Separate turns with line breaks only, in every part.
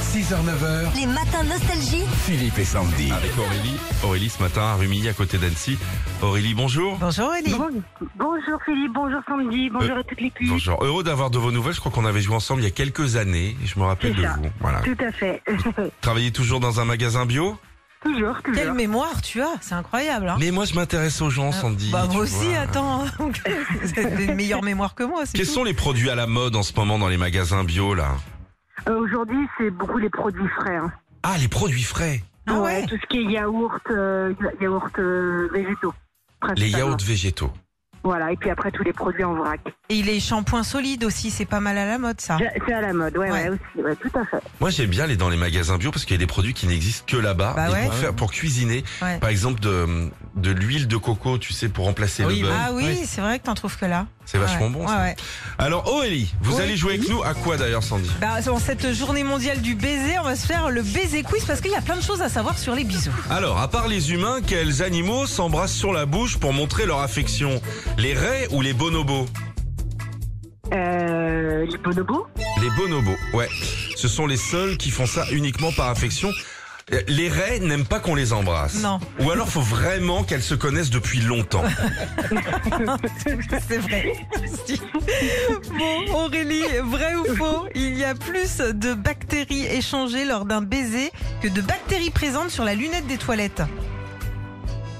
6h-9h,
Les matins nostalgie.
Philippe et Sandy.
Avec Aurélie. Aurélie ce matin à Rumilly à côté d'Annecy. Aurélie, bonjour.
Bonjour Ellie.
Bonjour Philippe, bonjour Sandy, bonjour à toute l'équipe.
Bonjour. Heureux d'avoir de vos nouvelles. Je crois qu'on avait joué ensemble il y a quelques années. Je me rappelle
C'est
de
ça.
vous. Voilà.
Tout à fait.
Travaillez toujours dans un magasin bio.
toujours, toujours.
Quelle mémoire tu as, c'est incroyable. Hein
Mais moi, je m'intéresse aux gens, Sandy.
bah
tu
moi aussi,
vois.
attends. Vous avez une meilleure mémoire que moi, c'est
Quels
tout.
sont les produits à la mode en ce moment dans les magasins bio, là
Euh, Aujourd'hui, c'est beaucoup les produits frais. hein. Euh,
Ah, les produits frais.
Ah ouais.
Tout ce qui est yaourt, euh, ya- yaourt euh, végétaux.
Les
principalement.
yaourts végétaux.
Voilà, et puis après tous les produits en vrac.
Et les shampoings solides aussi, c'est pas mal à la mode ça.
Ja- C'est à la mode, ouais,
Ah. Ouais.
ouais, aussi, ouais, tout à fait.
Moi, j'aime bien aller dans les magasins bio parce qu'il y a des produits qui n'existent que là-bas.
Bah
Et
ouais.
pour, faire, pour cuisiner,
Ouais.
par exemple, de, de l'huile de coco, tu sais, pour remplacer
Ah oui,
le beurre.
Ah oui, c'est vrai que t'en trouves que là.
C'est vachement
Ouais.
bon,
Ouais,
ça.
ouais.
Alors, Aurélie, vous
Oui.
allez jouer avec nous à quoi d'ailleurs, Sandy
Bah, en cette journée mondiale du baiser, on va se faire le baiser quiz parce qu'il y a plein de choses à savoir sur les bisous.
Alors, à part les humains, quels animaux s'embrassent sur la bouche pour montrer leur affection Les raies ou les bonobos
Euh, les bonobos
Les bonobos, ouais. Ce sont les seuls qui font ça uniquement par affection. Euh, Les raies n'aiment pas qu'on les embrasse.
Non.
Ou alors faut vraiment qu'elles se connaissent depuis longtemps.
C'est vrai. bon, Aurélie, vrai ou faux Il y a plus de bactéries échangées lors d'un baiser que de bactéries présentes sur la lunette des toilettes.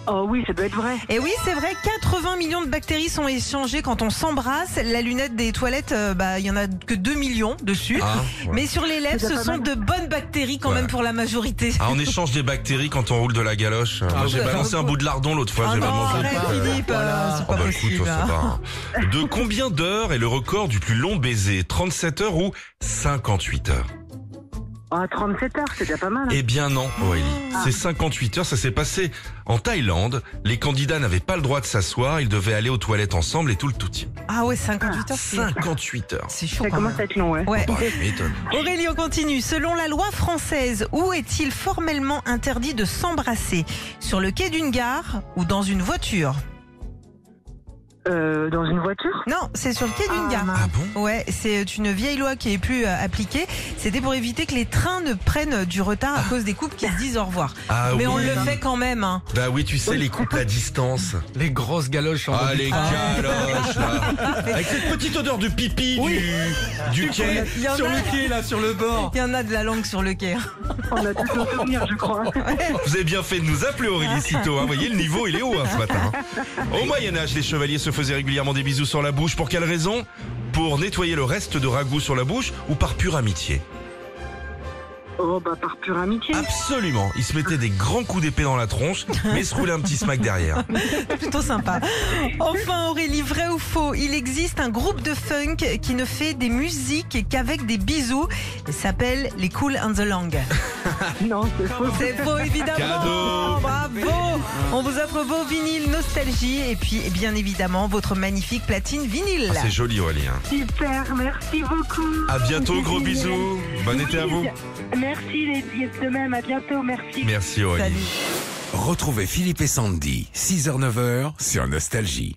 Oh oui, ça doit être vrai.
Et oui, c'est vrai, 80 millions de bactéries sont échangées quand on s'embrasse. La lunette des toilettes, euh, bah, il y en a que 2 millions dessus.
Ah, ouais.
Mais sur les lèvres,
C'est déjà
ce
pas
sont
mal.
de bonnes bactéries quand
Ouais.
même pour la majorité.
Ah, on échange des bactéries quand on roule de la galoche. Euh,
Ah,
Moi, j'ai
ouais.
balancé un bout de lardon l'autre fois.
Ah
j'ai
non,
vraiment fait-
arrête,
pas, euh,
Philippe,
voilà.
euh, c'est
Oh,
pas
bah, écoute,
possible.
ça
hein.
va. De combien d'heures est le record du plus long baiser 37 heures ou 58 heures
Oh, 37 heures, c'est déjà pas mal. hein.
Eh bien non, Aurélie.
Ah.
C'est 58 heures, ça s'est passé en Thaïlande. Les candidats n'avaient pas le droit de s'asseoir, ils devaient aller aux toilettes ensemble et tout le tout team.
Ah ouais, 58 heures, c'est-
58 heures.
c'est chaud
Ça
quand même.
commence à être long, ouais.
Ouais.
Bah, je m'étonne.
Aurélie, on continue. Selon la loi française, où est-il formellement interdit de s'embrasser Sur le quai d'une gare ou dans une voiture
Euh, dans une voiture
Non, c'est sur le quai d'une
Ah,
gare.
Ah bon
Ouais, c'est euh, une vieille loi qui est plus euh, appliquée. C'était pour éviter que les trains ne prennent du retard à cause des couples qui se disent au revoir.
Ah
Mais
oui.
on le fait quand même. hein.
Bah oui, tu sais, les couples à distance.
Les grosses galoches en
Ah,
mode-
les
Ah,
galoches, là. Avec cette petite odeur de pipi du, du quai.
Il y en
Sur
a-
le quai, là, sur le
Oh.
bord.
il y en a de la langue sur le quai. hein.
On a tous un souvenir, je crois.
Vous avez bien fait de nous appeler Aurélie Citeau. Hein. Vous voyez, le niveau, il est haut hein, ce matin. hein. Au Moyen-Âge, les chevaliers se faisaient régulièrement des bisous sur la bouche. Pour quelle raison Pour nettoyer le reste de ragoût sur la bouche ou par pure amitié
Oh, bah, par pure amitié.
Ah. Absolument. Ils se mettaient des grands coups d'épée dans la tronche, mais se roulaient un petit smack derrière. Ah,
Plutôt sympa. Enfin, Aurélie, vrai ou faux Il existe un groupe de funk qui ne fait des musiques qu'avec des bisous. Il s'appelle les Cool and the Lang.
Non, c'est faux.
C'est faux, évidemment.
Cadeau.
Bravo. On vous offre vos vinyles Nostalgie et puis, bien évidemment, votre magnifique platine vinyle.
Ah, c'est joli, Aurélie. hein.
Super, merci beaucoup.
À bientôt, gros bisous. Bon été à vous.
Merci les billets de même, à bientôt, merci.
Merci, Aurélie.
Salut.
Retrouvez Philippe et Sandy, 6h-9h sur Nostalgie.